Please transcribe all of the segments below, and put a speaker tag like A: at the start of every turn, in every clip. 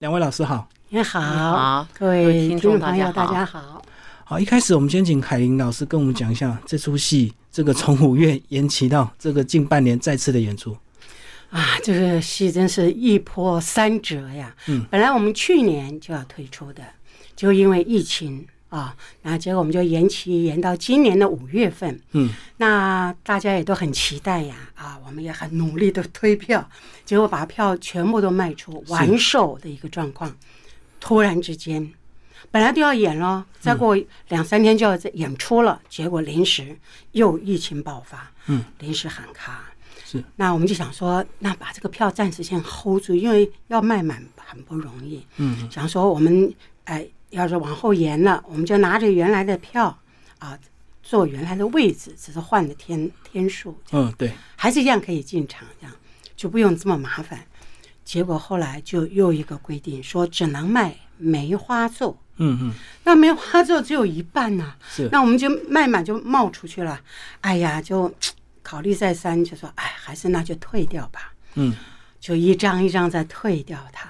A: 两位老师好，
B: 你好，
C: 好
B: 各
C: 各
B: 位
C: 位
B: 听
C: 听
B: 众
C: 众
B: 朋友，
C: 大
B: 大
C: 家好
B: 家好。
A: 好，一开始我们先请海林老师跟我们讲一下这出戏，这个从五月延期到这个近半年再次的演出，
B: 啊，这个戏真是一波三折呀！
A: 嗯，
B: 本来我们去年就要推出的，就因为疫情啊，那结果我们就延期延到今年的五月份。
A: 嗯，
B: 那大家也都很期待呀，啊，我们也很努力的推票，结果把票全部都卖出，
A: 是
B: 完售的一个状况。突然之间，本来都要演了，再过两三天就要演出了，结果临时又疫情爆发，
A: 嗯，
B: 临时喊卡。
A: 是
B: 那我们就想说，那把这个票暂时先 hold 住，因为要卖满很不容易。
A: 嗯，
B: 想说我们哎，要是往后延了，我们就拿着原来的票啊，坐原来的位置，只是换了天天数，
A: 嗯，对，
B: 还是一样可以进场，这样就不用这么麻烦。结果后来就又一个规定说，只能卖梅花座。
A: 嗯嗯
B: 那梅花座只有一半呐、
A: 是，
B: 那我们就卖满就冒出去了。哎呀，就考虑再三，就说哎，还是那就退掉吧，
A: 嗯
B: 就一张一张再退掉它。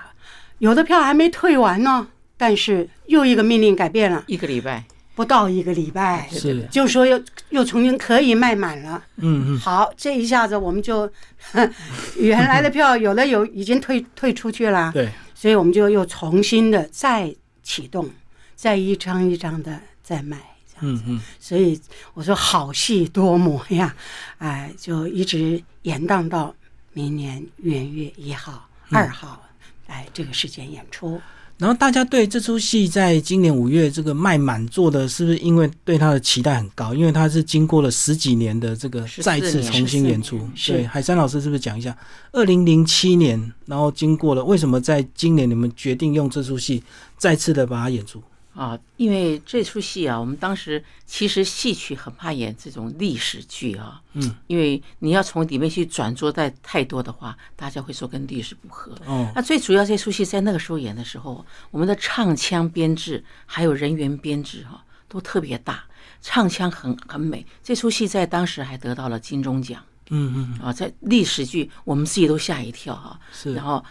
B: 有的票还没退完呢，但是又一个命令改变了，
C: 一个礼拜，
B: 不到一个礼拜，
A: 是，
B: 就说又又重新可以卖满了。
A: 嗯嗯
B: 好，这一下子我们就 原来的票有的有已经退退出去了，
A: 对，
B: 所以我们就又重新的再启动，再一张一张的再卖。这样。
A: 嗯嗯
B: 所以我说好戏多磨呀，哎，就一直延宕到明年元月一号、二号，哎，这个时间演出。
A: 然后大家对这出戏在今年五月这个卖满座的，是不是因为对它的期待很高？因为它是经过了十几年的这个
C: 14
A: 再次
C: 年
A: 重新演出
B: 14。是
A: 对，海山老师是不是讲一下？二零零七年，然后经过了，为什么在今年你们决定用这出戏再次的把它演出？
C: 啊，因为这出戏啊，我们当时其实戏曲很怕演这种历史剧啊，
A: 嗯，
C: 因为你要从里面去转做太太多的话，大家会说跟历史不合。
A: 哦，
C: 那最主要这出戏在那个时候演的时候，我们的唱腔编制还有人员编制哈、都特别大，唱腔很很美。这出戏在当时还得到了金钟奖
A: 嗯嗯，
C: 啊，在历史剧我们自己都吓一跳哈、
A: 是
C: 然，后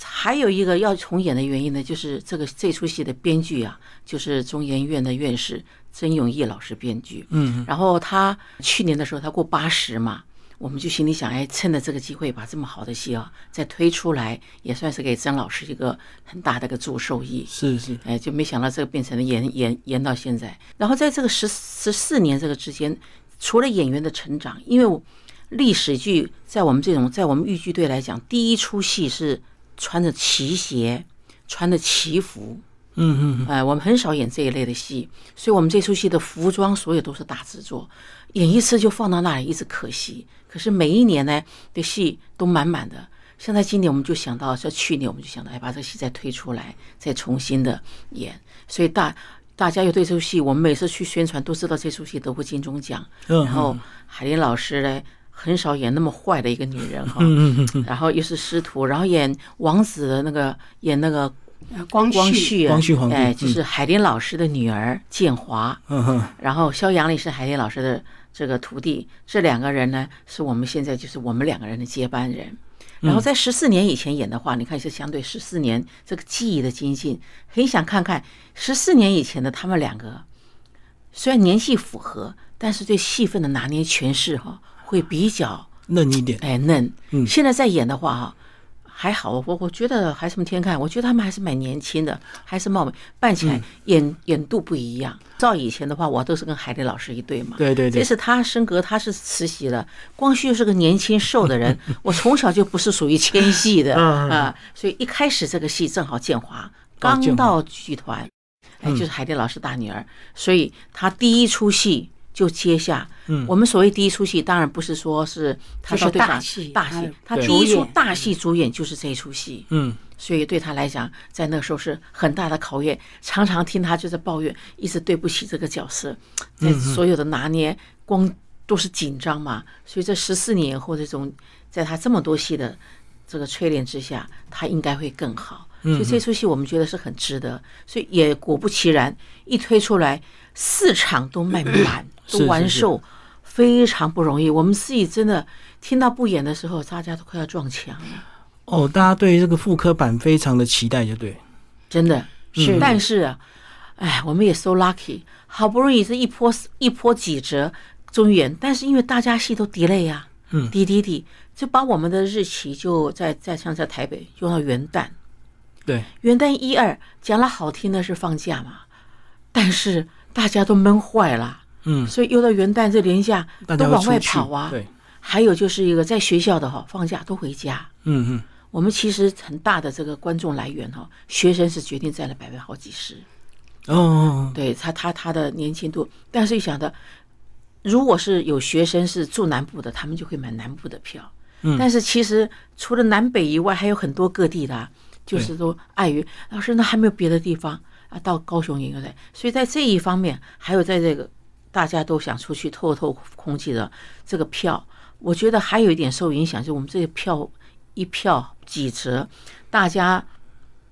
C: 还有一个要重演的原因呢，就是这个这出戏的编剧啊，就是中研院的院士曾永义老师编剧。
A: 嗯嗯
C: 然后他去年的时候他过八十嘛，我们就心里想，哎，趁着这个机会把这么好的戏啊再推出来，也算是给曾老师一个很大的一个祝寿意。
A: 是是，
C: 哎，就没想到这个变成了延延延到现在。然后在这个十十四年这个之间，除了演员的成长，因为我历史剧在我们这种在我们豫剧队来讲，第一出戏是穿着旗鞋，穿着旗服，
A: 嗯嗯
C: 哎，我们很少演这一类的戏，所以我们这出戏的服装所有都是大制作，演一次就放到那里，一直可惜。可是每一年呢的戏都满满的，像在今年我们就想到，像去年我们就想到，哎，把这个戏再推出来，再重新的演，所以大。大家又对这出戏，我们每次去宣传都知道这出戏得过金钟奖，
A: 嗯，
C: 然后海林老师呢，很少演那么坏的一个女人哈，然后又是师徒，然后演王子的那个演那个
B: 呃光
C: 光
B: 绪，
C: 绪，
A: 光绪皇帝
C: 哎，
A: 嗯
C: 就是海林老师的女儿建华，
A: 嗯嗯
C: 然后肖杨丽是海林老师的这个徒弟，这两个人呢，是我们现在就是我们两个人的接班人。
A: 嗯
C: 然后在十四年以前演的话，你看是相对十四年这个记忆的精进，很想看看十四年以前的他们两个，虽然年纪符合，但是对戏份的拿捏诠释哈、会比较
A: 嫩一点，
C: 哎嫩。
A: 嗯
C: 现在再演的话哈、还好，我我觉得还什么天看，我觉得他们还是蛮年轻的，还是貌美，扮起
A: 嗯
C: 来眼、眼度不一样。照以前的话，我都是跟海丽老师一对嘛。
A: 对对对
C: 这，是他升格，他是慈禧的，光绪是个年轻瘦的 人，我从小就不是属于纤细的
A: 嗯嗯嗯
C: 啊，所以一开始这个戏正好建华
A: 哦
C: 刚
A: 建华嗯
C: 到剧团，哎，就是海淀老师大女儿，所以她第一出戏就接下。
A: 嗯
C: 我们所谓第一出戏，当然不是说是她
B: 就是
C: 到对上
B: 大戏
C: 大
B: 她
C: 戏
B: 的，
C: 她
A: 对
C: 第一
B: 主
C: 出
B: 演
C: 大戏主演就是这一出戏。
A: 嗯
C: 所以对他来讲，在那个时候是很大的考验。常常听他就是抱怨，一直对不起这个角色，在
A: 嗯
C: 所有的拿捏光都是紧张嘛。所以这十四年以后，这种在他这么多戏的这个淬炼之下，他应该会更好。
A: 嗯
C: 所以这出戏我们觉得是很值得，所以也果不其然，一推出来四场都卖满，
A: 是
C: 都完
A: 是
C: 售，非常不容易。我们自己真的听到不演的时候，大家都快要撞墙了。
A: 哦，大家对这个复刻版非常的期待，就对。
C: 真
A: 嗯
C: 的
B: 是
C: 但是啊，哎，我们也 so lucky，好不容易是一波一波几折，终于演，但是因为大家戏都 delay 呀、啊，
A: 嗯
C: 滴滴滴，就把我们的日期就在在像在台北用到元旦，
A: 对，
C: 元旦一二讲了好听的是放假嘛，但是大家都闷坏了，
A: 嗯，
C: 所以又到元旦这连假
A: 大
C: 都
A: 家会
C: 往
A: 出
C: 外
A: 去
C: 跑啊，
A: 对，
C: 还有就是一个在学校的哈、放假都回家，
A: 嗯嗯，
C: 我们其实很大的这个观众来源哈、学生是决定占了百分之好几十，
A: 哦哦，
C: 对他他他的年轻度，但是一想到，如果是有学生是住南部的，他们就会买南部的票。
A: 嗯
C: 但是其实除了南北以外，还有很多各地的、啊，就是都碍于老师，那还没有别的地方啊，到高雄也有来。所以在这一方面，还有在这个大家都想出去透透空气的这个票，我觉得还有一点受影响，就是我们这个票一票几折，大家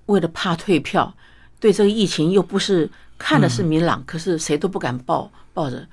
C: 为了怕退票，对这个疫情又不是看的是明朗，可是谁都不敢抱抱着。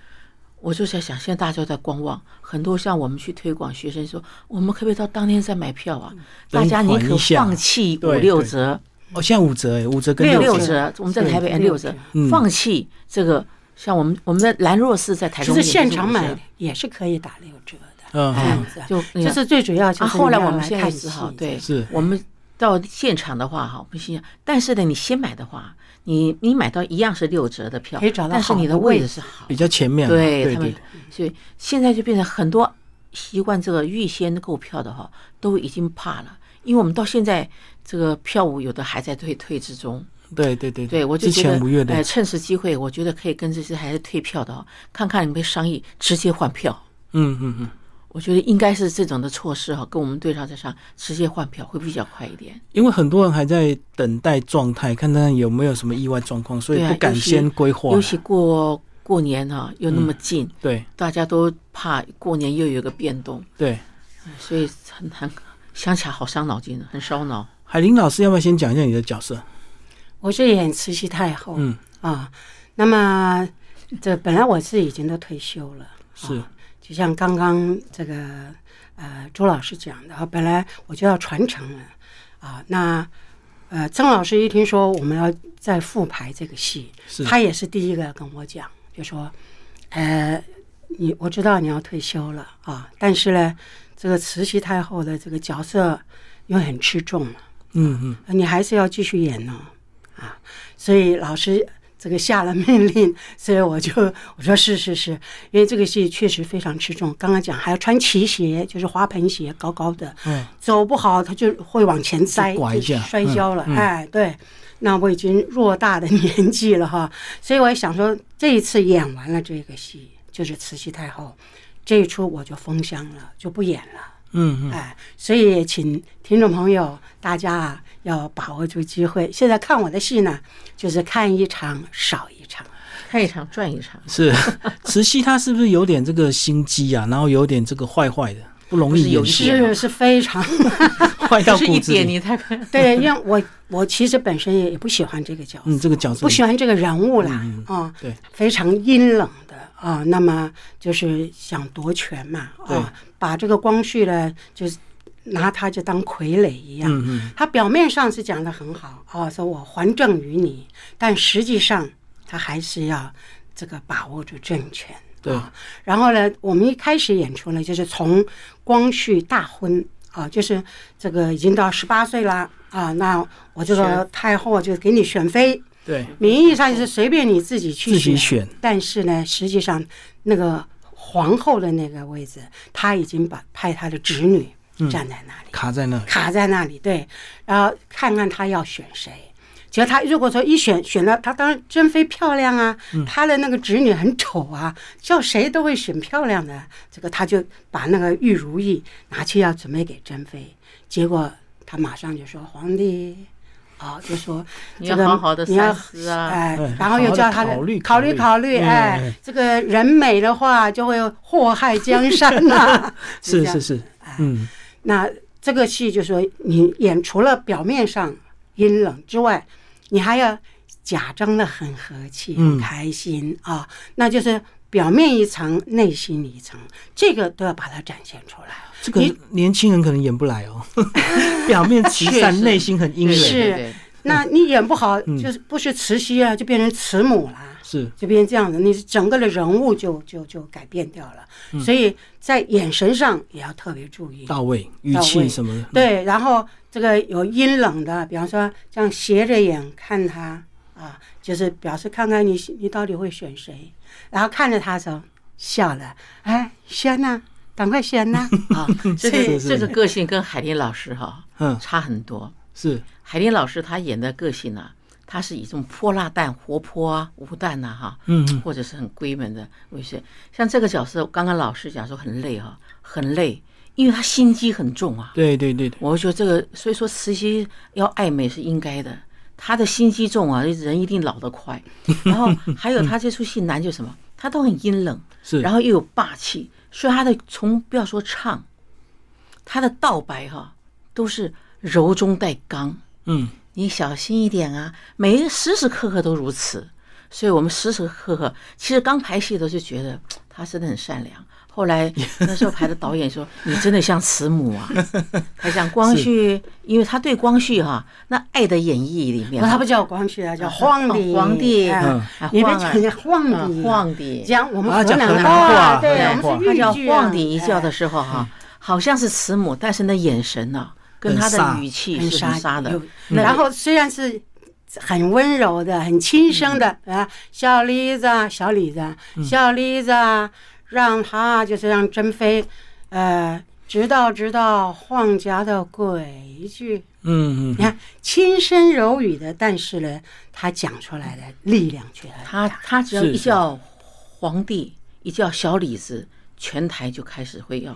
C: 我就在想，现在大家都在观望，很多像我们去推广，学生说我们可不可以到当天再买票啊？
A: 嗯等
C: 大家宁
A: 缓
C: 可
A: 一下
C: 放弃五
A: 对
C: 六
A: 对
C: 折，
A: 哦，现在五折哎，五折跟
C: 六
A: 折，
C: 折，我们在台北
B: 对
C: 按六折
A: 嗯，
C: 放弃这个。像我们我们的兰若寺在台
B: 其
C: 中
B: 实
C: 也是
B: 现场买
C: 五折
B: 也是可以打六折的，
A: 嗯
B: 这样
A: 嗯，
B: 子啊
C: 就那个
B: 就是最主要就是
C: 啊，后来
B: 你要
C: 我们
B: 来
C: 现在
B: 看
C: 只
B: 戏
C: 好对，
A: 是
C: 我们到现场的话哈，我们心想，但是呢，你先买的话，你你买到一样是六折的票，
B: 可以找到
C: 但是
B: 好
C: 你
B: 的位
C: 位
B: 置
C: 置是好
A: 比，较前面嘛，
C: 对
A: 对
C: 他们
A: 对，，
C: 所以现在就变成很多习惯这个预先购票的哈，都已经怕了，因为我们到现在这个票务有的还在退退之中，
A: 对对对
C: 对，我就
A: 之
C: 觉得
A: 前五月，的
C: 哎，，趁此机会，我觉得可以跟这些还在退票的哈，啊看看有没有商议直接换票。
A: 嗯嗯嗯，
C: 我觉得应该是这种的措施哈，跟我们对照在上直接换票会比较快一点。
A: 因为很多人还在等待状态，看他有没有什么意外状况，所以
C: 对啊
A: 不敢
C: 尤其
A: 先规划
C: 尤，其过过年哈、又那
B: 嗯
C: 么近，
A: 对
C: 大家都怕过年又有一个变动，
A: 对。
C: 所以很很想起来好伤脑筋的，很烧脑。
A: 海林老师，要不要先讲一下你的角色？
B: 我是演慈禧太后，
A: 嗯
B: 啊，那么这本来我是已经都退休了，
A: 是，
C: 啊
B: 就像刚刚这个呃朱老师讲的啊，本来我就要传承了啊，那呃曾老师一听说我们要再复排这个戏，
A: 是
B: 他也是第一个跟我讲，就说呃你我知道你要退休了啊，但是呢，这个慈禧太后的这个角色因为很吃重嘛，
A: 嗯嗯，
B: 你还是要继续演呢、啊，所以老师这个下了 命令，所以我就我说是是是，因为这个戏确实非常吃重。刚刚讲还要穿齐鞋，就是花盆鞋，高高的，
A: 嗯
B: 走不好他就会往前栽，
A: 就拐一下
B: 就摔跤了。
A: 嗯嗯
B: 哎，对，那我已经偌大的 年纪了哈，所以我也想说，这一次演完了这个戏，就是慈禧太后这一出，我就封箱了，就不演了。
A: 嗯嗯，
B: 哎，所以也请听众朋友大家啊，要把握住机会。现在看我的戏呢，就是看一场少一场。
C: 看一场赚一 场，
A: 是 慈禧，她是不是有点这个心机啊？然后有点这个坏坏的，不容易掩
C: 不是有一
A: 饰，
C: 点
B: 是是非常
A: 坏到
C: 就是
A: 骨
C: 一
A: 子
C: 点
A: 里。
C: 你 才看。
B: 对，因为我我其实本身也也不喜欢这个角色，
A: 嗯，这个角色
B: 不喜欢这个人物啦，啊、
A: 对，
B: 非常阴冷的啊、那么就是想夺权嘛，啊、
A: 对
B: 把这个光绪呢，就是拿他就当傀儡一样，
A: 嗯嗯，
B: 他表面上是讲的很好啊，说我还政于你，但实际上他还是要这个把握住政权。
A: 对
B: 啊，然后呢，我们一开始演出呢，就是从光绪大婚啊，就是这个已经到十八岁啦啊，那我这个
C: 是
B: 太后就给你选妃，
A: 对，
B: 名义上就是随便你自己去
A: 自己选，
B: 但是呢，实际上那个皇后的那个位置，他已经把派他的侄女
A: 嗯
B: 站在那里。
A: 卡在那里。
B: 卡在那里，对，然后看看他要选谁。结果他如果说一选选了，他当然珍妃漂亮啊，
A: 嗯
B: 他的那个侄女很丑啊，叫谁都会选漂亮的。这个他就把那个玉如意拿去要准备给珍妃，结果他马上就说皇帝。哦，就说
C: 你
B: 这
C: 要
B: 个
C: 好好地
B: 你要
C: 三思啊
B: 哎
A: 哎，
B: 然后又叫他的
A: 好好地
B: 考
A: 考
B: 虑
A: 虑
B: 考虑，
A: 嗯
B: 哎，这个人美的话就会祸害江山呐、 就这
A: 是
B: 样
A: 是是，
C: 哎
A: 嗯，
B: 那这个戏就说你演除了表面上阴冷之外，你还要假装的很和气、
A: 嗯
B: 很开心啊，那就是表面一层，内心一层，这个都要把它展现出来。
A: 这个年轻人可能演不来哦， 表面慈 善，内心很阴
C: 对
A: 冷。
B: 是
C: 对对
B: 那你演不好，就是不是慈禧啊，就变成慈母啦。
A: 是
B: 就变成这样子，你整个的人物就就就改变掉了，所以在眼神上也要特别注意。
A: 到位，语
B: 到
A: 气
B: 位
A: 什么
C: 嗯
A: 的。
B: 对，然后这个有阴冷的，比方说这样斜着眼看他啊，就是表示看看你你到底会选谁，然后看着他的时候笑了，哎，选呐、赶快选 呐、
C: 啊，这
A: 是
C: 个
A: 是
C: 这个个性跟海林老师哈、
A: 嗯，
C: 差很多。
A: 是
C: 海林老师他演的个性呢、他是以这种泼辣蛋、活泼啊、无蛋呐、哈，
A: 嗯嗯
C: 或者是很闺门的为些。像这个角色，刚刚老师讲说很累哈、很累，因为他心机很重啊。
A: 对对对对，
C: 我觉得这个，所以说慈禧要爱美是应该的。她的心机重啊，人一定老得快。然后还有她这出戏难就什么，她都很阴冷，
A: 是
C: 然后又有霸气，所以她的从不要说唱，她的道白哈、都是柔中带刚。
A: 嗯
C: 你小心一点啊！每一个时时刻刻都如此，所以我们时时刻刻，其实刚排戏的时候就觉得他真的很善良。后 来那时候排的导演说：“你真的像慈母啊！”他像光 绪，因为他对光绪哈、那爱的演绎里
B: 不，
C: 面哈，
B: 他不叫光绪啊，叫皇帝，
C: 哦皇帝
B: 哎
A: 嗯
B: 你别
C: 啊
B: 讲叫皇帝，
C: 嗯皇帝
B: 讲我们
A: 啊
B: 河
A: 讲
B: 南
A: 河
B: 的
A: 南话
B: 对
A: 河，
B: 我
A: 南
B: 们
A: 话
B: 是
C: 他
B: 豫
C: 叫
B: 剧啊
C: 皇帝一叫
B: 哎
C: 的时候哈、好像是慈母，但是那眼神呢、跟他
A: 很
C: 的
A: 飒
C: 语气
B: 很
C: 是很
B: 杀
C: 杀的
B: 有。
C: 那
B: 然后虽然是很温柔的、很轻声的啊，小李子啊，小李子啊，小李子啊，让他就是让珍妃，呃，直到直到皇家的鬼一句，
A: 嗯嗯，
B: 你看轻声柔语的，但是呢，他讲出来的力量却很
C: 他他只要
A: 是
C: 一
A: 是
C: 叫皇帝，一叫小李子，全台就开始会要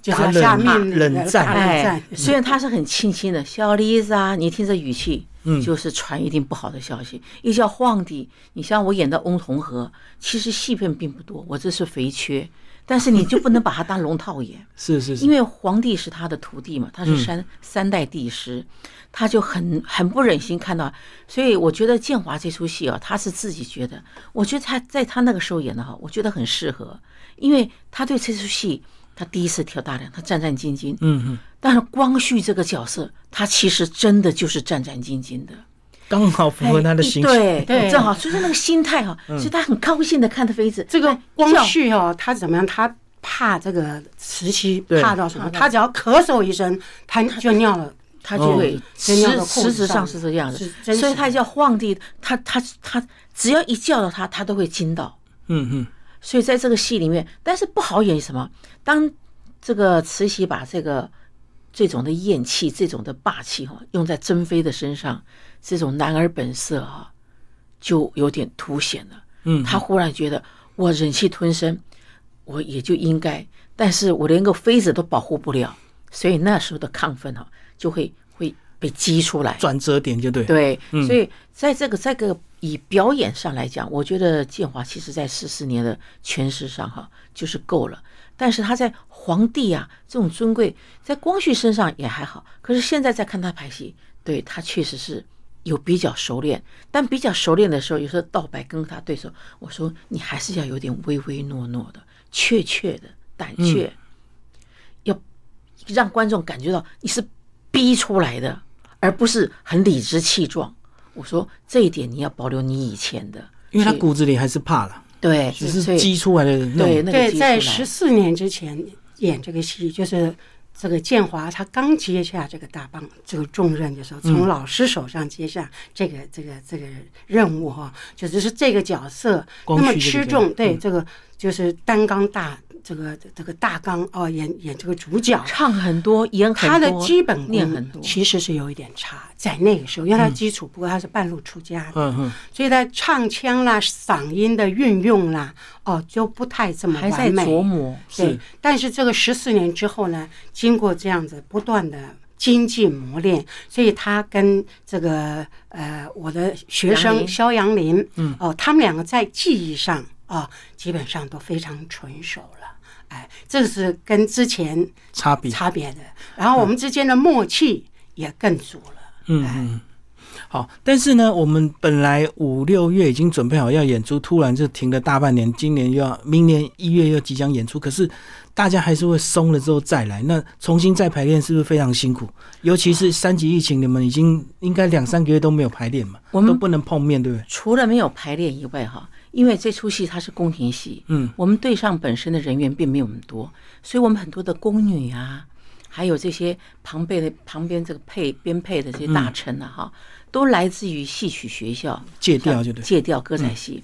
B: 就是要
A: 冷
B: 下命令
A: 冷
B: 的
A: 战
B: 打冷
C: 哎
B: 战，，
C: 虽然他是很轻轻的小李子啊，你听这语气，
A: 嗯
C: 就是传一定不好的消息。一叫皇帝，你像我演的翁同龢，其实戏份并不多，我这是肥缺，但是你就不能把他当龙套演。
A: 是是
C: 因
A: 是，
C: 为皇帝是他的徒弟嘛，他是
A: 嗯
C: 三、三代帝师，他就很很不忍心看到，所以我觉得建华这出戏啊，他是自己觉得，我觉得他在他那个时候演的哈，我觉得很适合，因为他对这出戏，他第一次跳大梁，他战战兢兢，
A: 嗯嗯，
C: 但是光绪这个角色，他其实真的就是战战兢兢的，哎
A: 刚好符合他的心情。嗯
C: 对
B: 对
C: 正好，所以说那个心态哈、所以他很高兴的看着妃子，
B: 这个
C: 哎
B: 光
C: 叫
B: 绪哦，他怎么样？他怕这个慈禧
A: 对
B: 怕到什么？他只要咳嗽一声，他就尿了。
C: 他
B: 嗯
C: 就会
A: 哦
C: 实
B: 真要的控制
C: 实质上
B: 上
C: 是这样
B: 是
C: 的，
B: 真实
C: 所以他
B: 的
C: 叫皇帝，他他他只要一叫到他，他都会惊到。
A: 嗯嗯，
C: 所以在这个戏里面，但是不好演什么？当这个慈禧把这个这种的厌气、这种的霸气哈、用在珍妃的身上，这种男儿本色啊，就有点凸显了。
A: 嗯
C: 他忽然觉得我忍气吞声，我也就应该，但是我连个妃子都保护不了，所以那时候的亢奋哈、就会会被激出来。
A: 转折点就对。，
C: 对，所以在这个在这个以表演上来讲，我觉得建华其实在四十年的诠释上哈就是够了。但是他在皇帝啊这种尊贵，在光绪身上也还好，可是现在再看他排戏，对他确实是有比较熟练，但比较熟练的时候，有时候道白跟他对手，我说你还是要有点唯唯诺诺的、怯怯的、胆怯，要让观众感觉到你是逼出来的，而不是很理直气壮。我说这一点你要保留你以前的，
A: 因为他
C: 所以
A: 骨子里还是怕了，
C: 对，
A: 只
C: 所
A: 是
C: 以
A: 激出来的那种。
C: 对那个
B: 对，
C: 激
B: 在
C: 出来
B: 十四年之前演这个戏，就是这个建华他刚接下这个大棒这个重任的时候，
C: 嗯
B: 从老师手上接下这个、这个这个任务哈、就只是这个角色
A: 光
B: 那
A: 绪这
B: 么
A: 个
B: 吃
A: 角
B: 重
A: 色，
C: 嗯
B: 对、这个就是担纲大这个这个大纲哦，演演这个主角。
C: 唱很多，演很多，
B: 他的基本
C: 念
B: 功
C: 很多，嗯
B: 其实是有一点差，在那个时候，因为他基础，不过他是半路出家的，
A: 嗯嗯，
B: 所以在唱腔啦、嗓音的运用啦，哦，就不太这么
C: 还在
B: 完美。
C: 琢磨。
B: 对
A: 是，
B: 但是这个十四年之后呢，经过这样子不断的精进磨练，所以他跟这个呃我的学
C: 杨
B: 生
C: 林
B: 肖杨林，嗯，哦，他们两个在技艺上啊、基本上都非常纯熟了。哎，这是跟之前
A: 差别。
B: 差别的，然后我们之间的默契也更足了。
A: 嗯嗯，好，但是呢，我们本来五六月已经准备好要演出，突然就停了大半年，今年又要明年一月又即将演出，可是大家还是会松了之后再来，那重新再排练是不是非常辛苦？尤其是三级疫情，你们已经应该两三个月都没有排练嘛，
C: 我们
A: 都不能碰面，对不对？
C: 除了没有排练以外，哈，因为这出戏它是宫廷戏，
A: 嗯，
C: 我们队上本身的人员并没有很多，所以我们很多的宫女啊，还有这些旁边的旁边这个配编配的这
A: 嗯
C: 些大臣啊，哈、都来自于戏曲学校，
A: 戒掉就对。嗯
C: 戒掉歌仔戏。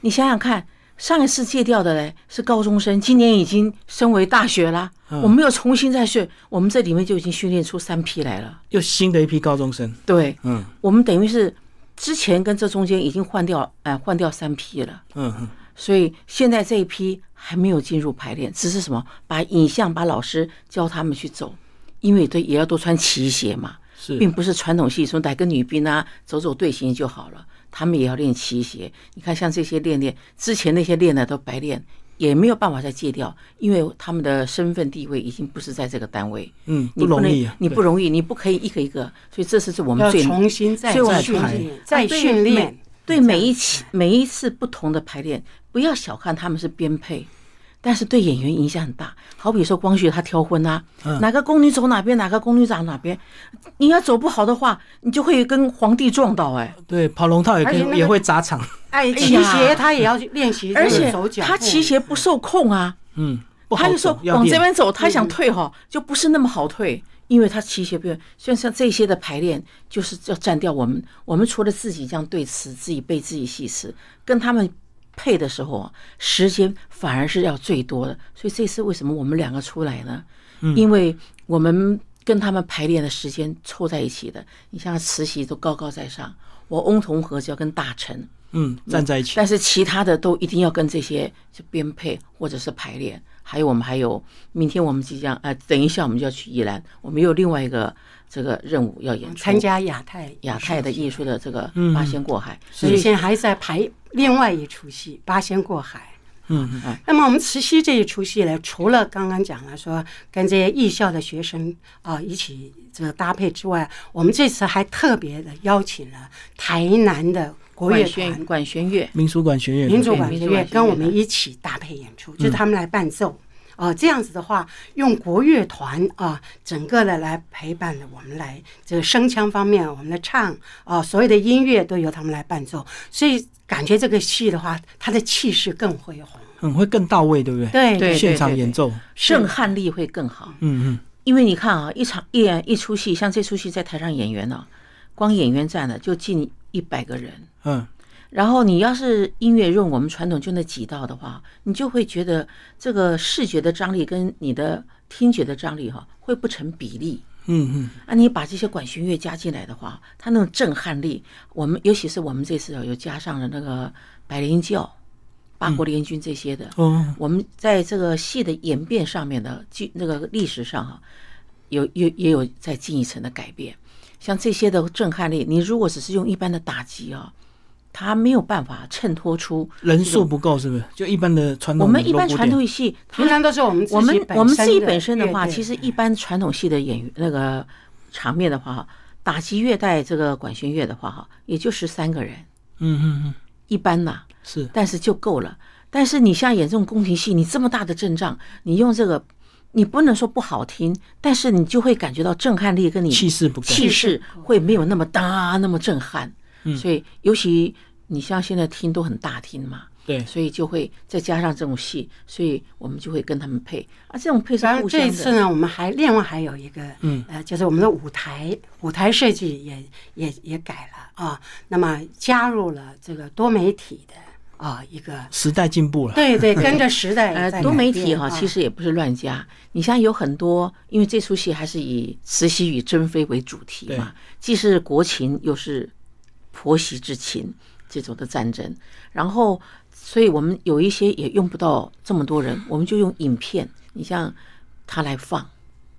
C: 你想想看，上一次戒掉的嘞是高中生，今年已经升为大学啦，
A: 嗯
C: 我们又重新再训，我们这里面就已经训练出三批来了。
A: 又新的一批高中生，
C: 对，
A: 嗯
C: 我们等于是之前跟这中间已经换掉，哎、换掉三批了。
A: 嗯嗯，
C: 所以现在这一批还没有进入排练，只是什么把影像把老师教他们去走，因为对也要多穿齐鞋嘛，
A: 是
C: 并不是传统戏说来个女兵啊走走队形就好了，他们也要练齐鞋。你看像这些练练之前那些练的都白练，也没有办法再戒掉，因为他们的身份地位已经不是在这个单位，
A: 嗯
C: 你
A: 不容
C: 能
A: 易啊
C: 你
A: 对
C: 不容易，你不可以一个一个，所以这次是
A: 嗯
C: 我们
B: 要
C: 最
B: 重新再
C: 所以我们
B: 训
A: 排
B: 练，再训
C: 啊
B: 练。
C: 对每对每一期每一次不同的排练，不要小看他们是编配，但是对演员影响很大。好比说光绪他挑婚啊，
B: 嗯
C: 哪个宫女走哪边，哪个宫女长哪边，你要走不好的话，你就会跟皇帝撞到哎、
A: 对，跑龙套也可以
B: 而且那个
A: 也会砸场，
B: 哎，
C: 哎
B: 骑
C: 呀
B: 鞋他也要去练习这
C: 而
B: 个
C: 且
B: 手脚步，
C: 他骑鞋不受控啊，
A: 嗯，不好
C: 他
A: 走
C: 就说
A: 要
C: 往
A: 练
C: 这边走，他想退哈，就不是那么好退，因为他骑斜边。所以像这些的排练，就是要占掉我们。我们除了自己这样对词，自己背自己戏词，跟他们配的时候啊，时间反而是要最多的。所以这次为什么我们两个出来呢？
A: 嗯
C: 因为我们跟他们排练的时间凑在一起的。你像慈禧都高高在上，我翁同龢就要跟大臣。
A: 嗯站在一起，
C: 但是其他的都一定要跟这些就编配或者是排练，还有我们还有明天我们即将呃，等一下我们就要去宜兰，我们有另外一个这个任务要演出，
B: 参加亚太
C: 亚太的艺术的这个
A: 嗯
C: 八仙过海，所
B: 所以
C: 以
B: 现在还在排另外一出戏《八仙过海》。
A: 嗯嗯
B: 那么我们慈溪这一出戏呢，除了刚刚讲了说跟这些艺校的学生啊、一起这个搭配之外，我们这次还特别的邀请了台南的国乐
C: 管
B: 团
C: 弦管弦乐
A: 民俗管弦乐团，
B: 民主管弦
C: 对民
B: 乐
C: 族管弦乐嗯
B: 跟我们一起搭配演出，就是他们来伴奏。哦、这样子的话，用国乐团啊、整个的来陪伴着我们来这个声腔方面，我们的唱啊、所有的音乐都由他们来伴奏，所以感觉这个戏的话，它的气势更恢宏。
A: 嗯会更到位，对不对？
B: 对
C: 对
A: 现场演奏，嗯
C: 震撼力会更好。
A: 嗯嗯
C: 因为你看啊，一场一一出戏，像这出戏在台上演员呢、光演员站呢就近一百个人，
A: 嗯，
C: 然后你要是音乐用我们传统就那几道的话，你就会觉得这个视觉的张力跟你的听觉的张力哈、会不成比例。
A: 嗯嗯，
C: 啊，你把这些管弦乐加进来的话，它那种震撼力，我们尤其是我们这次哦又加上了那个白莲教、八国联军这些的，
A: 哦，
C: 我们在这个戏的演变上面的剧那个历史上啊，有有也有再进一层的改变。像这些的震撼力，你如果只是用一般的打击啊，它没有办法衬托出
A: 人数不够是不是？就一般的传
C: 我
A: 统，
C: 们一般传统戏，它
B: 平常都是我们
C: 我们我们自己本身的
B: 的
C: 话，
B: 乐队
C: 其实一般传统戏的演员那个场面的话，打击乐带这个管弦乐的话，哈，也就十三个人，
A: 嗯嗯嗯，
C: 一般呐、
A: 是
C: 但是就够了。但是你像演这种宫廷戏，你这么大的阵仗，你用这个，你不能说不好听，但是你就会感觉到震撼力跟你
A: 气势不够，
C: 气势会没有那么大那么震撼。
A: 嗯
C: 所以尤其你像现在听都很大听嘛，
A: 对，
C: 所以就会再加上这种戏，所以我们就会跟他们配啊，这种配是
B: 然后
C: 互
B: 这
C: 相
B: 一次
C: 的。
B: 呢，我们还另外还有一个，嗯，呃，就是我们的舞台舞台设计也也也改了啊，那么加入了这个多媒体的啊一个，
A: 时代进步了，
B: 对对，跟着时代
C: 呃
B: 在，改
C: 多媒体
B: 变
C: 哈、
B: 啊
C: 其实也不是乱加。你像有很多，因为这出戏还是以慈禧与珍妃为主题嘛，既是国情又是婆媳之情这种的战争。然后，所以我们有一些也用不到这么多人，我们就用影片，你像他来放，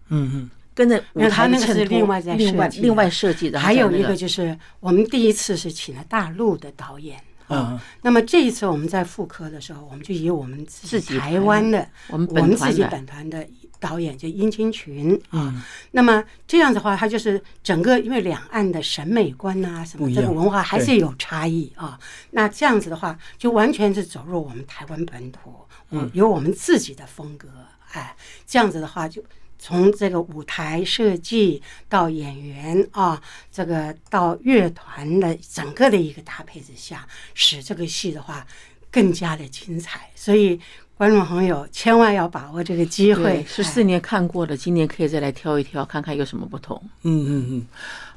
A: 嗯嗯，
C: 跟着舞
B: 没有他
C: 台的
B: 那个
C: 衬
B: 是
C: 托
B: 另外再
C: 另外
B: 设计的
C: 另外设计的，
B: 还有一
C: 那
B: 个就是我们第一次是请了大陆的导演。
A: 嗯，
B: 那么这一次我们在复刻的时候，我们就以我们自
C: 自己
B: 台湾的、
C: 我们
B: 我
C: 本
B: 们
C: 团
B: 自己
C: 的
B: 本团的导演就殷清群
C: 哦
B: 啊。
A: 嗯
B: 那么这样的话，它就是整个因为两岸的审美观呐、什
A: 不
B: 么
A: 一
B: 这个
A: 样
B: 文化还
A: 对
B: 是有差异啊。那这样子的话，就完全是走入我们台湾本土，我有我们自己的风格。哎，这样子的话就。从这个舞台设计到演员啊，这个到乐团的整个的一个搭配之下，使这个戏的话更加的精彩。所以，观众朋友千万要把握这个机会。
C: 十
B: 哎
C: 四年看过了，今年可以再来挑一挑，看看有什么不同。
A: 嗯嗯嗯，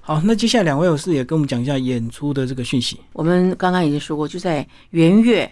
A: 好，那接下来两位有事也跟我们讲一下演出的这个讯息。
C: 我们刚刚已经说过，就在元月，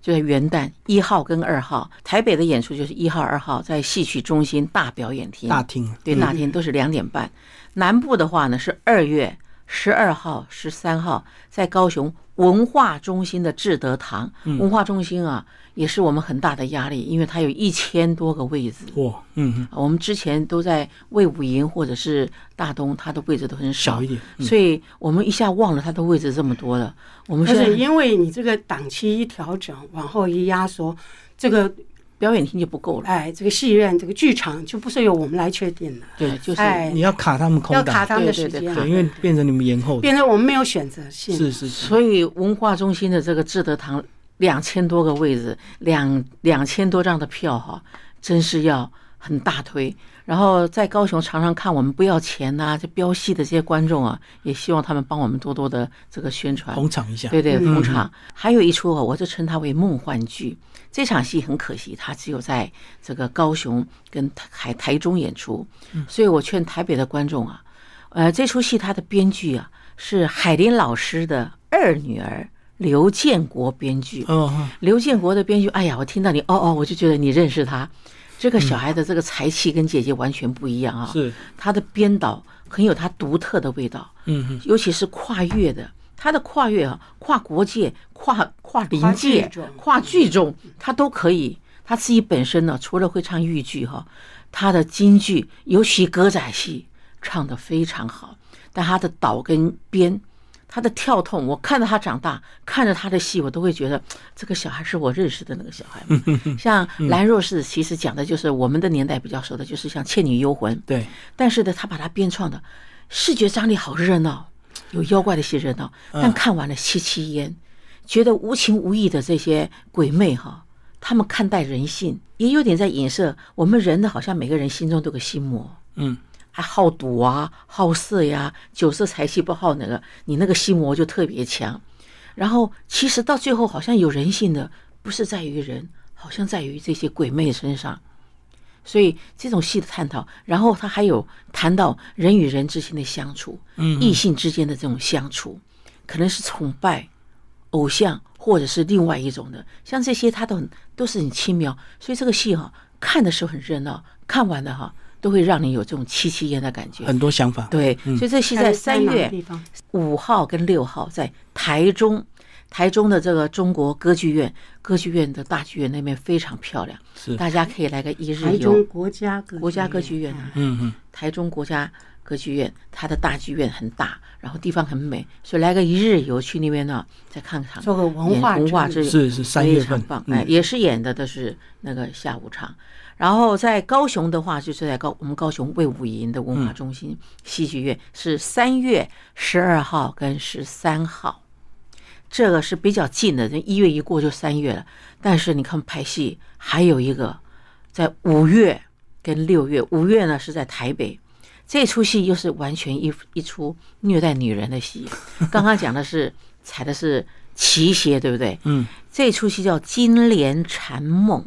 C: 就在元旦一号跟二号，台北的演出就是一号、二号在戏曲中心大表演厅，
A: 大厅，啊
C: 对大厅都是两点半。南部的话呢是二月十二号、十三号在高雄文化中心的志德堂，文化中心啊也是我们很大的压力，因为它有一千多个位置。
A: 哇，嗯嗯，
C: 啊我们之前都在魏武营或者是大东，它的位置都很少
A: 小一点，
B: 嗯
C: 所以我们一下忘了它的位置这么多了。我们
B: 而
C: 现
B: 且
C: 在
B: 因为你这个档期一调整，往后一压缩，这个
C: 表演厅就不够了，
B: 哎，这个戏院、这个剧场就不是由我们来确定了，
C: 对，就是
B: 哎，
A: 你要卡他们空
B: 要卡
A: 档，
B: 他们的
C: 对
B: 时
C: 对
B: 间啊
C: 对
A: 对，因为变成你们延后的，
B: 变成我们没有选择性。
A: 是是是，
C: 所以文化中心的这个志德堂两千多个位置，两两千多张的票哈、真是要很大推。然后在高雄常常看我们不要钱呐、这飙戏的这些观众啊，也希望他们帮我们多多的这个宣传。
A: 捧场一下，
C: 对对，捧
A: 嗯
C: 场。还有一出啊，我就称它为梦幻剧。这场戏很可惜，它只有在这个高雄跟台台中演出，
A: 嗯
C: 所以我劝台北的观众啊，呃，这出戏它的编剧啊是海林老师的二女儿刘建国编剧。
A: 哦，哦
C: 刘建国的编剧，哎呀，我听到你哦哦，我就觉得你认识他。这个小孩的这个才气跟姐姐完全不一样啊！
A: 嗯是，
C: 他的编导很有他独特的味道，
A: 嗯嗯，
C: 尤其是跨越的，他的跨越啊，跨国界、跨跨
B: 跨
C: 临
B: 剧
C: 界
B: 种、
C: 跨剧种，他都可以。他自己本身呢，除了会唱豫剧哈、他的京剧，尤其歌仔戏唱得非常好，但他的导跟编。他的跳痛，我看着他长大，看着他的戏，我都会觉得这个小孩是我认识的那个小 孩嘛。像兰若寺，其实讲的就是我们的年代比较熟的，就是像《倩女幽魂》。
A: 对，
C: 但是呢，他把它编创的视觉张力好热闹，有妖怪的戏热闹，但看完了吸气烟，觉得无情无义的这些鬼魅哈，他们看待人性也有点在影射我们人的，好像每个人心中都有个心魔，
A: 嗯，
C: 啊，好赌啊，好色呀，酒色财气不好那个，你那个心魔就特别强。然后其实到最后，好像有人性的不是在于人，好像在于这些鬼魅身上。所以这种戏的探讨，然后他还有谈到人与人之间的相处，嗯，异性之间的这种相处，可能是崇拜、偶像，或者是另外一种的，像这些他都很都是很轻描，所以这个戏哈、看的时候很热闹，看完了哈、都会让你有这种戚戚焉的感觉。
A: 很多想法，
C: 对，所以这戏在三
B: 哪个
C: 月
B: 地方，
C: 五号跟六号在台中，台中的这个中国歌剧院，歌剧院的大剧院那边非常漂亮，
A: 是
C: 大家可以来个一日
B: 台中
C: 游。
B: 国家歌哎
C: 国家歌剧院啊，
A: 嗯嗯，
C: 台中国家歌剧院，它的大剧院很大，然后地方很美，所以来个一日游去那边呢，再看看
B: 做个文
C: 演
B: 化
C: 文化
B: 之
C: 之旅
A: 是是三月份
C: 非常棒，
A: 嗯
C: 哎，也是演的都是那个下午场。然后在高雄的话，就是在高我们高雄魏武营的
A: 嗯
C: 文化中心戏剧院，是三月十二号跟十三号，这个是比较近的，这一月一过就三月了。但是你看拍戏还有一个在五月跟六月，五月呢是在台北。这出戏又是完全一一出虐待女人的戏，刚刚讲的是踩的是奇邪，对不对？这出戏叫《金莲缠梦》，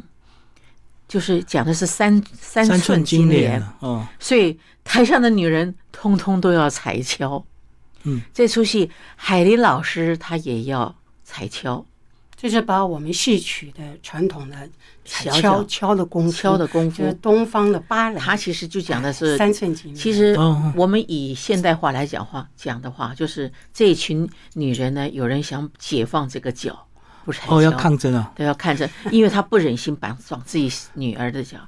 C: 就是讲的是三三
A: 三
C: 寸
A: 寸金
C: 金
A: 莲
C: 莲，
A: 啊，哦，
C: 所以台上的女人通通都要踩跷。
A: 嗯，
C: 这出戏海林老师他也要踩跷，
B: 就是把我们戏曲的传统的
C: 小
B: 敲
C: 脚
B: 敲的功夫，
C: 敲的功夫
B: 嗯就是东方的芭蕾，
C: 他其实就讲的是
B: 三寸金莲。
C: 其实
A: 哦
C: 我们以现代化来讲话讲的话，就是这一群女人呢，有人想解放这个脚，不踩
A: 哦，要
C: 跷
A: 抗争啊，
C: 都要看着，因为她不忍心绑绑自己女儿的脚，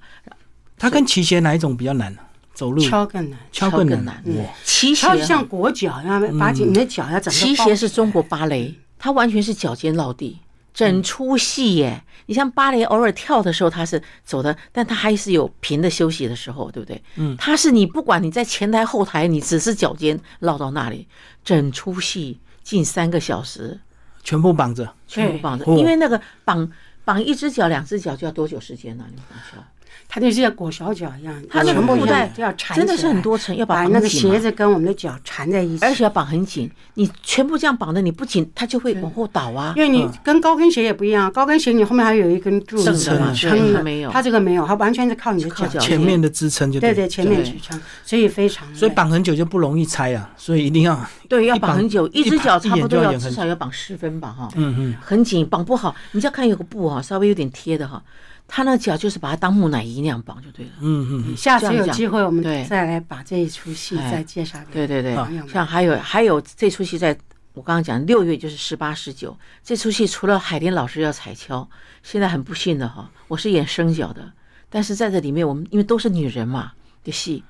A: 它跟骑鞋哪一种比较难啊？走路
B: 敲更难，
A: 敲
C: 敲
A: 更
C: 更
A: 难，
C: 难
A: 哇，
C: 骑
B: 敲就
C: 鞋
B: 像
C: 嗯
B: 裹脚一样，把你的脚要整个
C: 骑
B: 包
C: 鞋是中国芭蕾，它完全是脚尖落地，整出戏耶！你像芭蕾偶尔跳的时候，它是走的，但它还是有平的休息的时候，对不对？嗯，它是你不管你在前台后台，你只是脚尖落到那里，整出戏近三个小时
A: 全部绑着，
C: 全部绑着，
A: 哦
C: 因为那个绑绑一只脚、两只脚就要多久时间呢、你们知道
B: 它那是像裹小脚一样，
C: 它那
A: 个
B: 全部
A: 布
B: 一
C: 带
B: 样就要缠
C: 真的
B: 起
C: 是很
B: 来
C: 多层要把
B: 把
C: 绑
B: 那个
C: 紧嘛
B: 鞋子跟我们的脚缠在一起，
C: 而且要绑很紧，你全部这样绑的，你不紧，它就会往后倒啊。
B: 因为你跟高跟鞋也不一样，高跟鞋你后面还有一根柱子
A: 支撑
B: 嘛
A: 的
C: 对
B: 撑
C: 它
B: 的，
C: 没有
B: 它这个没有，它完全是靠你的
C: 靠
B: 脚
C: 脚
B: 尖
A: 前面的支撑就
B: 对
A: 对
B: 对，前面
C: 对
B: 支撑，所以非常
A: 所以
B: 累
A: 绑很久就不容易拆啊，所以一定要
C: 对，要
A: 一
C: 绑很久，
A: 一
C: 一只脚差
A: 一
C: 不
A: 眼
C: 多
A: 就
C: 要
A: 眼
C: 至
A: 很
C: 少要绑十分吧，哈。
A: 嗯嗯，
C: 很紧，绑不好，你就要看有个布哈、稍微有点贴的哈、他那脚就是把它当木乃伊那样绑就对了。
A: 嗯嗯嗯，
B: 下次
C: 这样
B: 有
C: 讲
B: 机会我们
C: 对
B: 再来把这一出戏
C: 哎
B: 再介绍给
C: 对对对，
B: 朋友们
C: 像还有还有这出戏在。我刚刚讲六月就是十八、十九，这出戏除了海林老师要踩跷，现在很不幸的哈，我是演生角的，但是在这里面我们因为都是女人嘛的戏，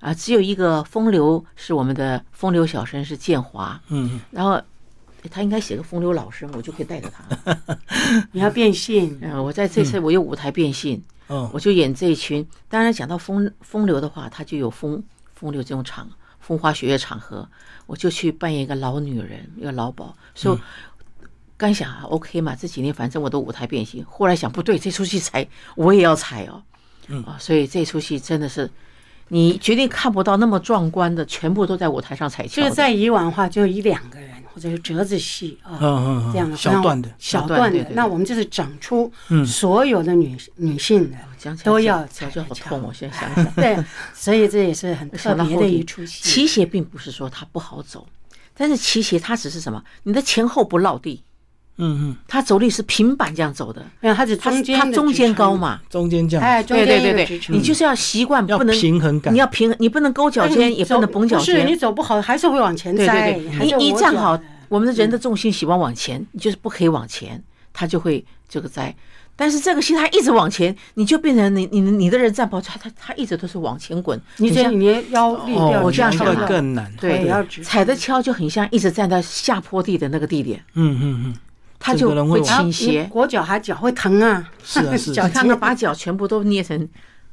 C: 啊，只有一个风流是我们的风流小生是建华，
A: 嗯，
C: 然后哎他应该写个风流老生，我就可以带 着他。
B: 你要变性，
C: 嗯，我在这次我有舞台变性，
B: 嗯
A: 哦，
C: 我就演这一群。当然，讲到风风流的话，它就有风风流这种场，风花雪月场合，我就去扮演一个老女人，一个老鸨。所以
B: 嗯
C: 刚想啊，OK 嘛，这几年反正我的舞台变形。后来想不对，这出戏踩我也要踩哦，
B: 嗯
C: 啊，所以这出戏真的是你绝对看不到那么壮观的，全部都在舞台上踩
B: 就
C: 跷
B: 是
C: 的。
B: 在以往的话就一两个人或者是折子戏啊。
A: 嗯嗯
B: 这样
A: 嗯，
B: 的
A: 小段的，嗯
B: 小
C: 段
B: 段
C: 啊对
B: 的
C: 对，对
B: 那我们就是整出所有的女女性的
C: 哦讲起来
B: 都要
C: 脚
B: 踩
C: 就
B: 着
C: 好
B: 跷
C: 痛，我哦现在 想想。
B: 对，所以这也是很特
C: 想到
B: 别
C: 后
B: 的
C: 庭
B: 一出戏。
C: 骑斜并不是说它不好走，但是骑斜它只是什么？你的前后不落地，
A: 嗯嗯，
C: 它走力是平板这样走的，
B: 没有，它是
C: 它
B: 中间
C: 它
B: 的
C: 中
B: 支
C: 间
B: 撑
C: 高，嘛。
A: 中间这样，
B: 哎，中
C: 对
B: 间
C: 对
B: 一个
C: 对
B: 支
C: 对，
B: 撑
C: 你就是要习惯，
A: 要
C: 不能
A: 平衡感
C: 你要平，你不能勾脚
B: 但是
C: 尖，
B: 你
C: 也
B: 走
C: 不能绷脚
B: 不是你
C: 尖。
B: 走不好，还是会往前
C: 对
B: 栽。
C: 对
B: 还
C: 对，
B: 是
C: 你一
B: 我
C: 站
B: 脚嗯
C: 好
B: 的，
C: 我们的人的重心喜欢往前，你就是不可以往前，它就会这个栽。但是这个心它一直往前，你就变成你你你的人站不好，它它它一直都是往前滚。
B: 你这
C: 像
B: 你的腰力
A: 哦
B: 要，
C: 我这样
B: 支
A: 那
B: 撑
C: 想
A: 个
B: 到
A: 更难，
B: 腿
C: 对
B: 要直，
C: 踩的跷就很像一直站在下坡地的那个地点，
A: 嗯嗯嗯，
C: 它
A: 整
C: 就
A: 个人会
C: 会
A: 往
B: 然后
C: 倾
B: 你
C: 斜。
B: 裹脚还脚会疼啊。
A: 是啊是啊
B: 脚
C: 你看他
B: 尖
C: 把脚全部都捏成，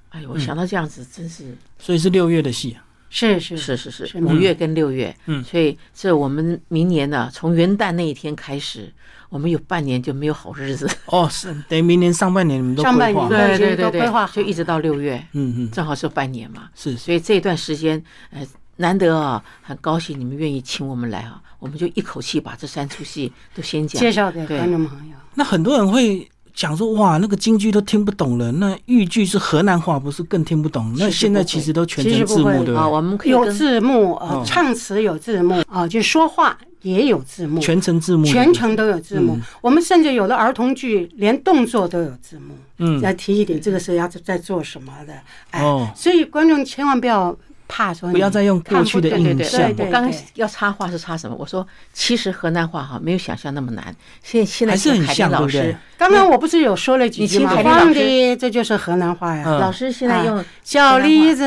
C: 哎呦，我想到这样子真是
A: 所以是六月的戏啊，
B: 是是
C: 是是是，
B: 是
C: 五
B: 吗
C: 月跟六月，
A: 嗯
C: 所以这我们明年呢，从元旦那一天开始，我们有半年就没有好日子，
A: 哦，是等于明年上半年你们都
B: 上
A: 规
B: 半
A: 划
B: 年
A: 了，
B: 对 对对规划好
C: 就一直到六月，
A: 嗯嗯，
C: 正好是半年嘛，
A: 是是，
C: 所以这段时间，呃，难得啊，很高兴你们愿意请我们来啊，我们就一口气把这三出戏都先讲
B: 介。绍给
C: 对
B: 观众朋友。
A: 那很多人会。讲说哇，那个京剧都听不懂了，那豫剧是河南话，不是更听不懂？那
C: 其实
A: 现在
C: 不会
A: 其实都全
B: 其
A: 程
B: 实
A: 字
B: 不会哦
A: 幕，对
C: 啊，
A: 吧？
C: 我们可以
B: 有
C: 跟
B: 字幕啊
A: 哦，
B: 唱词有字幕啊，就说话也有字幕，
A: 全嗯程字幕，
B: 全程都有字幕。我们甚至有的儿童剧连动作都有字幕。
A: 嗯，
B: 再提一点，这个是要在做什么的？哎
A: 哦，
B: 所以观众千万不要怕说你
A: 不要再用过
B: 看不
A: 去的
B: 懂
C: 对对
A: 印
C: 对，
A: 象
B: 对
C: 我刚刚要插话是插什么？我说其实河南话哈没有想象那么难，现在现在
A: 还是
C: 请
A: 很
C: 海
A: 像
C: 林老
A: 对不对
C: 师，
B: 刚刚我不是有说了几句
C: 你
B: 吗
C: 请？凯丽老师
B: 放的，这就是河南话呀。
A: 嗯
C: 老师现在用
B: 啊小栗子，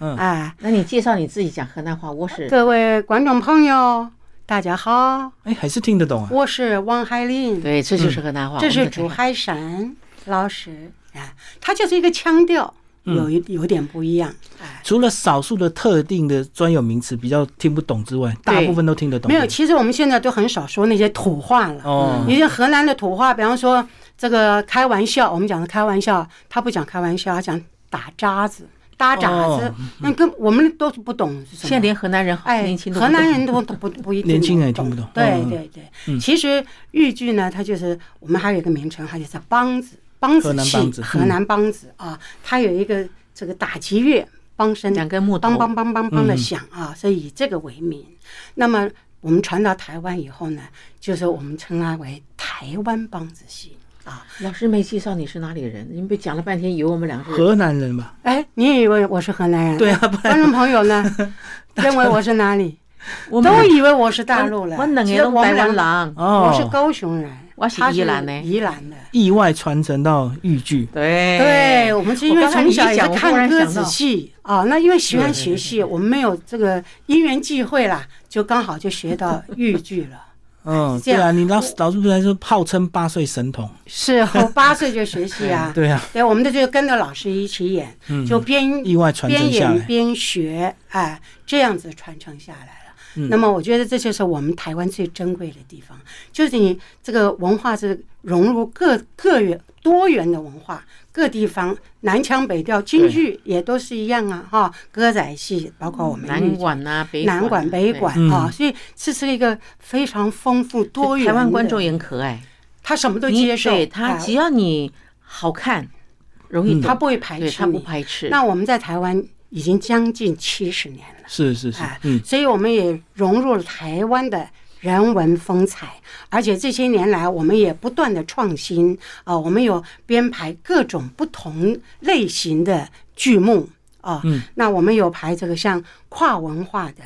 A: 嗯
B: 哎，
C: 那你介绍你自己讲河南话，我是
B: 各位观众朋友，大家好，
A: 哎，还是听得懂啊。
B: 我是王海林，
C: 对，这就是河南话，
B: 这
C: 啊我
B: 是
C: 们的
B: 朱海山老师啊，他就是一个腔调，有
C: 嗯
B: 一有点不一样，哎。
A: 除了少数的特定的专有名词比较听不懂之外，大部分都听得懂。
B: 没有，其实我们现在都很少说那些土话了。
A: 哦，
B: 你像河南的土话，比方说这个开玩笑，我们讲的开玩笑，他不讲开玩笑，他讲打渣子、搭渣子
A: 哦，
B: 那、跟我们都是不懂是什么。
C: 现在连河南人好
B: 哎
C: 年，轻都不
B: 河南
C: 懂
B: 人都都不不一定
A: 年轻人也听不懂
B: 对
A: 嗯
B: 对对，其实豫剧呢，它就是我们还有一个名称，它就是梆子，梆
A: 河
B: 子
A: 南梆
B: 戏，
A: 子
B: 河南梆子啊，它有一个这个打击乐梆声，
C: 两根木头
B: 梆梆梆梆梆的响啊，所以以这个为名。那么我们传到台湾以后呢，就是我们称它为台湾梆子戏啊。
C: 老师没介绍你是哪里人，你们被讲了半天，以为我们两个人
A: 河南人吧？
B: 哎，你以为我是河南人？
A: 对啊，不然
B: 观众朋友呢，认为我是哪里？
C: 我们
B: 都以为我是大陆人，
C: 我冷
B: 其
C: 也
B: 实
C: 都
B: 我们
C: 台
B: 两
C: 湾
B: 个
C: 人，
A: 哦，
B: 我是高雄人，
C: 我是
B: 他
C: 宜兰的
B: 宜兰的。
A: 意外传承到豫剧。
C: 对
B: 对，我们是因为
C: 刚才
B: 从
C: 你
B: 小也
C: 一
B: 是
C: 讲我忽
B: 看
C: 然
B: 歌
C: 想
B: 子
C: 到
B: 戏啊，那因为喜欢
C: 对对
B: 学戏，我们没有这个因缘际会啦，就刚好就学到豫剧了
A: 嗯，
B: 这
A: 对
B: 样
A: 啊，你老老师不是还说号称八岁神童？，
B: 是我八岁就学戏啊
C: 哎
A: 对啊，嗯
B: 对，我们这就跟着老师一起演，
C: 嗯
B: 就边
A: 意外传承
B: 边
A: 下
B: 演
A: 来。
B: 边学，哎，这样子传承下来了。
C: 嗯
B: 那么我觉得这就是我们台湾最珍贵的地方，就是你这个文化是融入各各元多元的文化，各地方南腔北调，京剧也都是一样啊，哈，歌仔戏包括我们豫
C: 南
B: 剧
C: 管呐、北
B: 南管、
C: 管、
B: 北管
A: 嗯
B: 啊，所以这是一个非常丰富
C: 对，
B: 多元的。
C: 台湾观众也很可爱，
B: 他什么都
C: 你
B: 接受，
C: 对他
B: 哎
C: 只要你好看，容易
B: 嗯他
C: 懂
B: 不会排
C: 对
B: 斥
C: 他不
B: 你。
C: 排斥。
B: 那我们在台湾已经将近七十年了，
A: 是是是
B: 哎，，
A: 嗯，
B: 所以我们也融入了台湾的人文风采，而且这些年来我们也不断的创新啊、我们有编排各种不同类型的剧目啊、
A: 嗯
B: 那我们有排这个像跨文化的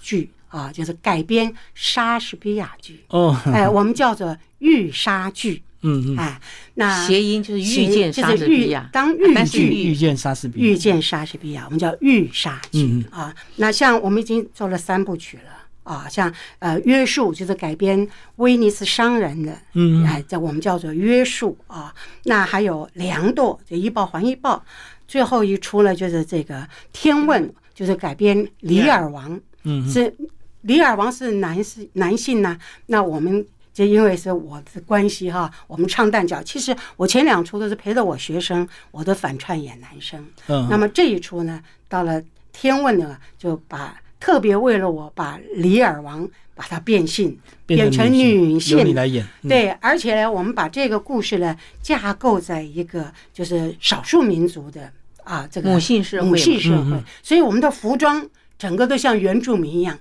B: 剧啊、就是改编莎士比亚剧，
A: 哦，
B: 哎，我们叫做御莎剧，
A: 嗯嗯，
B: 哎，那
C: 谐音就是遇见
B: 就是
C: 莎士
B: 遇
C: 比亚，
B: 当
C: 啊
B: 豫
C: 但是
B: 剧
A: 遇
C: 遇
A: 见莎士比亚，
B: 遇见莎士比亚，我们叫遇莎剧、
A: 嗯
B: 啊。那像我们已经做了三部曲了。啊，像呃，约束就是改编威尼斯商人的，
A: 嗯
B: 哎，这我们叫做约束啊。那还有梁垛，就一报还一报，最后一出呢就是这个天问，就是改编李尔王，
A: 嗯嗯，
B: 是李尔王是男是男性呢、那我们就因为是我的关系哈，我们唱旦角。其实我前两出都是陪着我学生，我都反串演男生。
A: 嗯
B: 那么这一出呢，到了天问呢，就把特别为了我把李尔王把它变性，
A: 变
B: 变成女性
A: 由你来演，嗯，
B: 对，而且呢，我们把这个故事呢架构在一个就是少数民族的啊这个
C: 母性社会嘛，
B: 母系社
A: 嗯
B: 会
A: 嗯，
B: 所以我们的服装整个都像原住民一样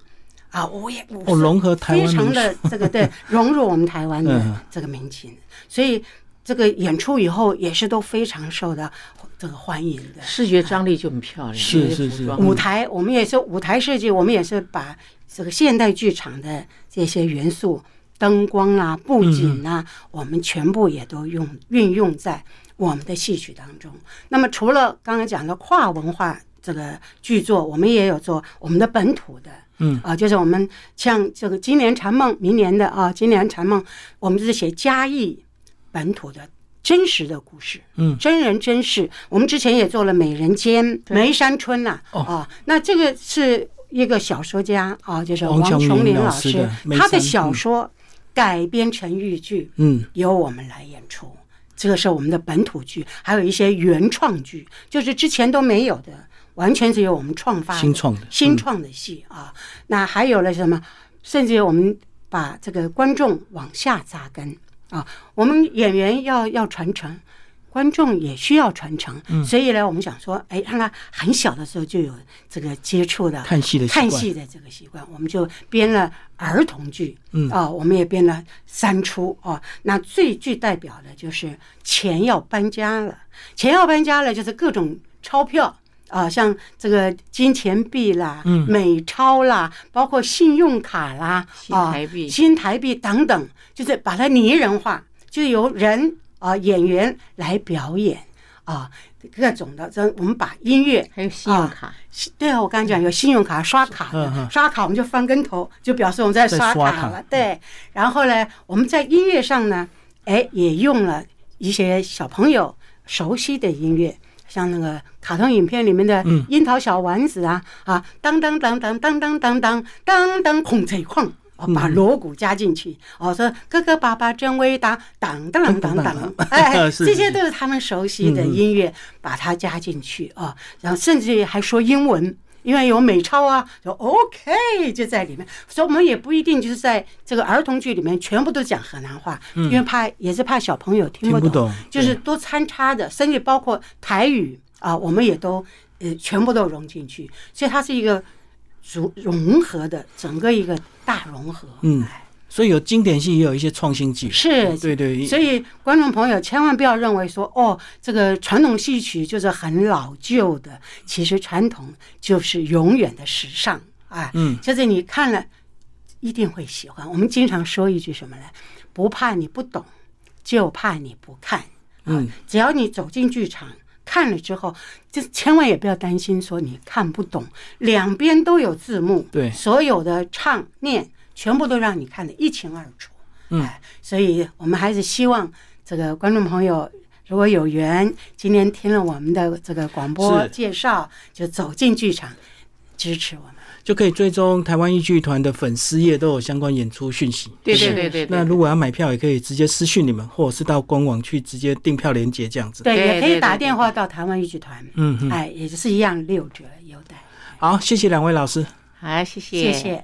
B: 啊，我也我
A: 哦，融合台
B: 非
A: 湾
B: 常
A: 民俗，
B: 的这个对融入我们台湾
A: 嗯
B: 的这个民情，所以这个演出以后也是都非常受到这个欢迎的。
C: 视觉张力就很漂亮，
A: 是
C: 那些
A: 是
C: 服
A: 是
C: 装
B: 舞台我们也是舞台设计，我们也是把这个现代剧场的这些元素。灯光啦、布景啦，我们全部也都用运用在我们的戏曲当中。那么除了刚刚讲的跨文化这个剧作，我们也有做我们的本土的，
A: 嗯
B: 啊、就是我们像这个今年禅梦，明年的啊，今年禅梦，我们就是写嘉义本土的真实的故事，
A: 嗯
B: 真人真事。我们之前也做了《美人尖》《梅山春》呐，
A: 哦
B: 啊，那这个是一个小说家啊，就是
A: 王
B: 王
A: 琼
B: 琼
A: 林
B: 林
A: 老
B: 老
A: 师
B: 师
A: 的梅，
B: 他的
A: 山
B: 小
A: 嗯
B: 说改编成豫剧，
A: 嗯，
B: 由我们来演出。这个是我们的本土剧，还有一些原创剧，就是之前都没有的，完全是由我们创发的
A: 新创的嗯
B: 新创的戏啊。那还有了什么？甚至于我们把这个观众往下扎根啊，我们演员要要传承。观众也需要传承，
A: 嗯
B: 所以呢，我们想说，哎，让他很小的时候就有这个接触的
A: 看戏的习
B: 看
A: 惯，
B: 戏的这个习惯，我们就编了儿童剧，
A: 嗯
B: 啊、我们也编了三出啊、那最具代表的就是钱要搬家了，钱要搬家了，就是各种钞票啊、像这个金钱币啦、
A: 嗯
B: 美钞啦，包括信用卡啦、
C: 新
B: 啊、
C: 台币
B: 新台币等等，就是把它拟人化，就是由人啊、演员来表演啊、各种的，这我们把音乐
C: 还有信用卡，
B: 对啊，我刚才讲有信用卡刷卡的，
A: 嗯嗯
B: 刷卡我们就翻跟头，就表示我们在
A: 在
B: 刷卡嗯
A: 刷
B: 了。
A: 卡
B: 对，然后呢，我们在音乐上呢，哎，也用了一些小朋友熟悉的音乐，像那个卡通影片里面的
A: 嗯
B: 《樱桃小丸子》啊，啊，当当当当当当当当当当空贼矿。哦，把锣鼓加进去，哦，说哥哥爸爸真伟大，当当当当当，哎，
A: 是
B: 这
A: 是
B: 些
A: 是
B: 都是他们熟悉的音乐，把它加进去啊，然后甚至于还说英文。因为有美钞啊，就 OK 就在里面，所以我们也不一定就是在这个儿童剧里面全部都讲河南话，因为怕也是怕小朋友
A: 嗯
B: 听
A: 听
B: 不
A: 不懂
B: 就是多参差的，甚至包括台语啊，我们也都呃全部都融进去，所以它是一个融融合的整个一个大融合，
A: 嗯
B: 哎
A: 所以有经典戏，也有一些创新剧，
B: 是
A: 对对，
B: 所以观众朋友千万不要认为说哦，这个传统戏曲就是很老旧的，其实传统就是永远的时尚啊。
A: 嗯，
B: 就是你看了一定会喜欢。我们经常说一句什么呢？不怕你不懂，就怕你不看。啊
A: 嗯，
B: 只要你走进剧场。看了之后，就千万也不要担心说你看不懂，两边都有字幕，
A: 对
B: 所有的唱念全部都让你看得一清二楚。嗯，所以我们还是希望这个观众朋友。如果有缘，今天听了我们的这个广播
A: 是
B: 介绍，就走进剧场支持我们。
A: 就可以追踪台湾艺剧团的粉丝页，都有相关演出讯息。
C: 对
A: 不
C: 对
B: 是
C: 对对对。
A: 那如果要买票，也可以直接私讯你们，或者是到官网去直接订票连接这样子。
B: 对，
C: 对
B: 也可
C: 对
B: 以
C: 对
B: 打
C: 对
B: 电话到台湾豫剧团，
A: 嗯嗯，
B: 哎，也是一样六折优待。
A: 好，谢谢两位老师。
C: 好，谢
B: 谢
C: 谢，
B: 谢。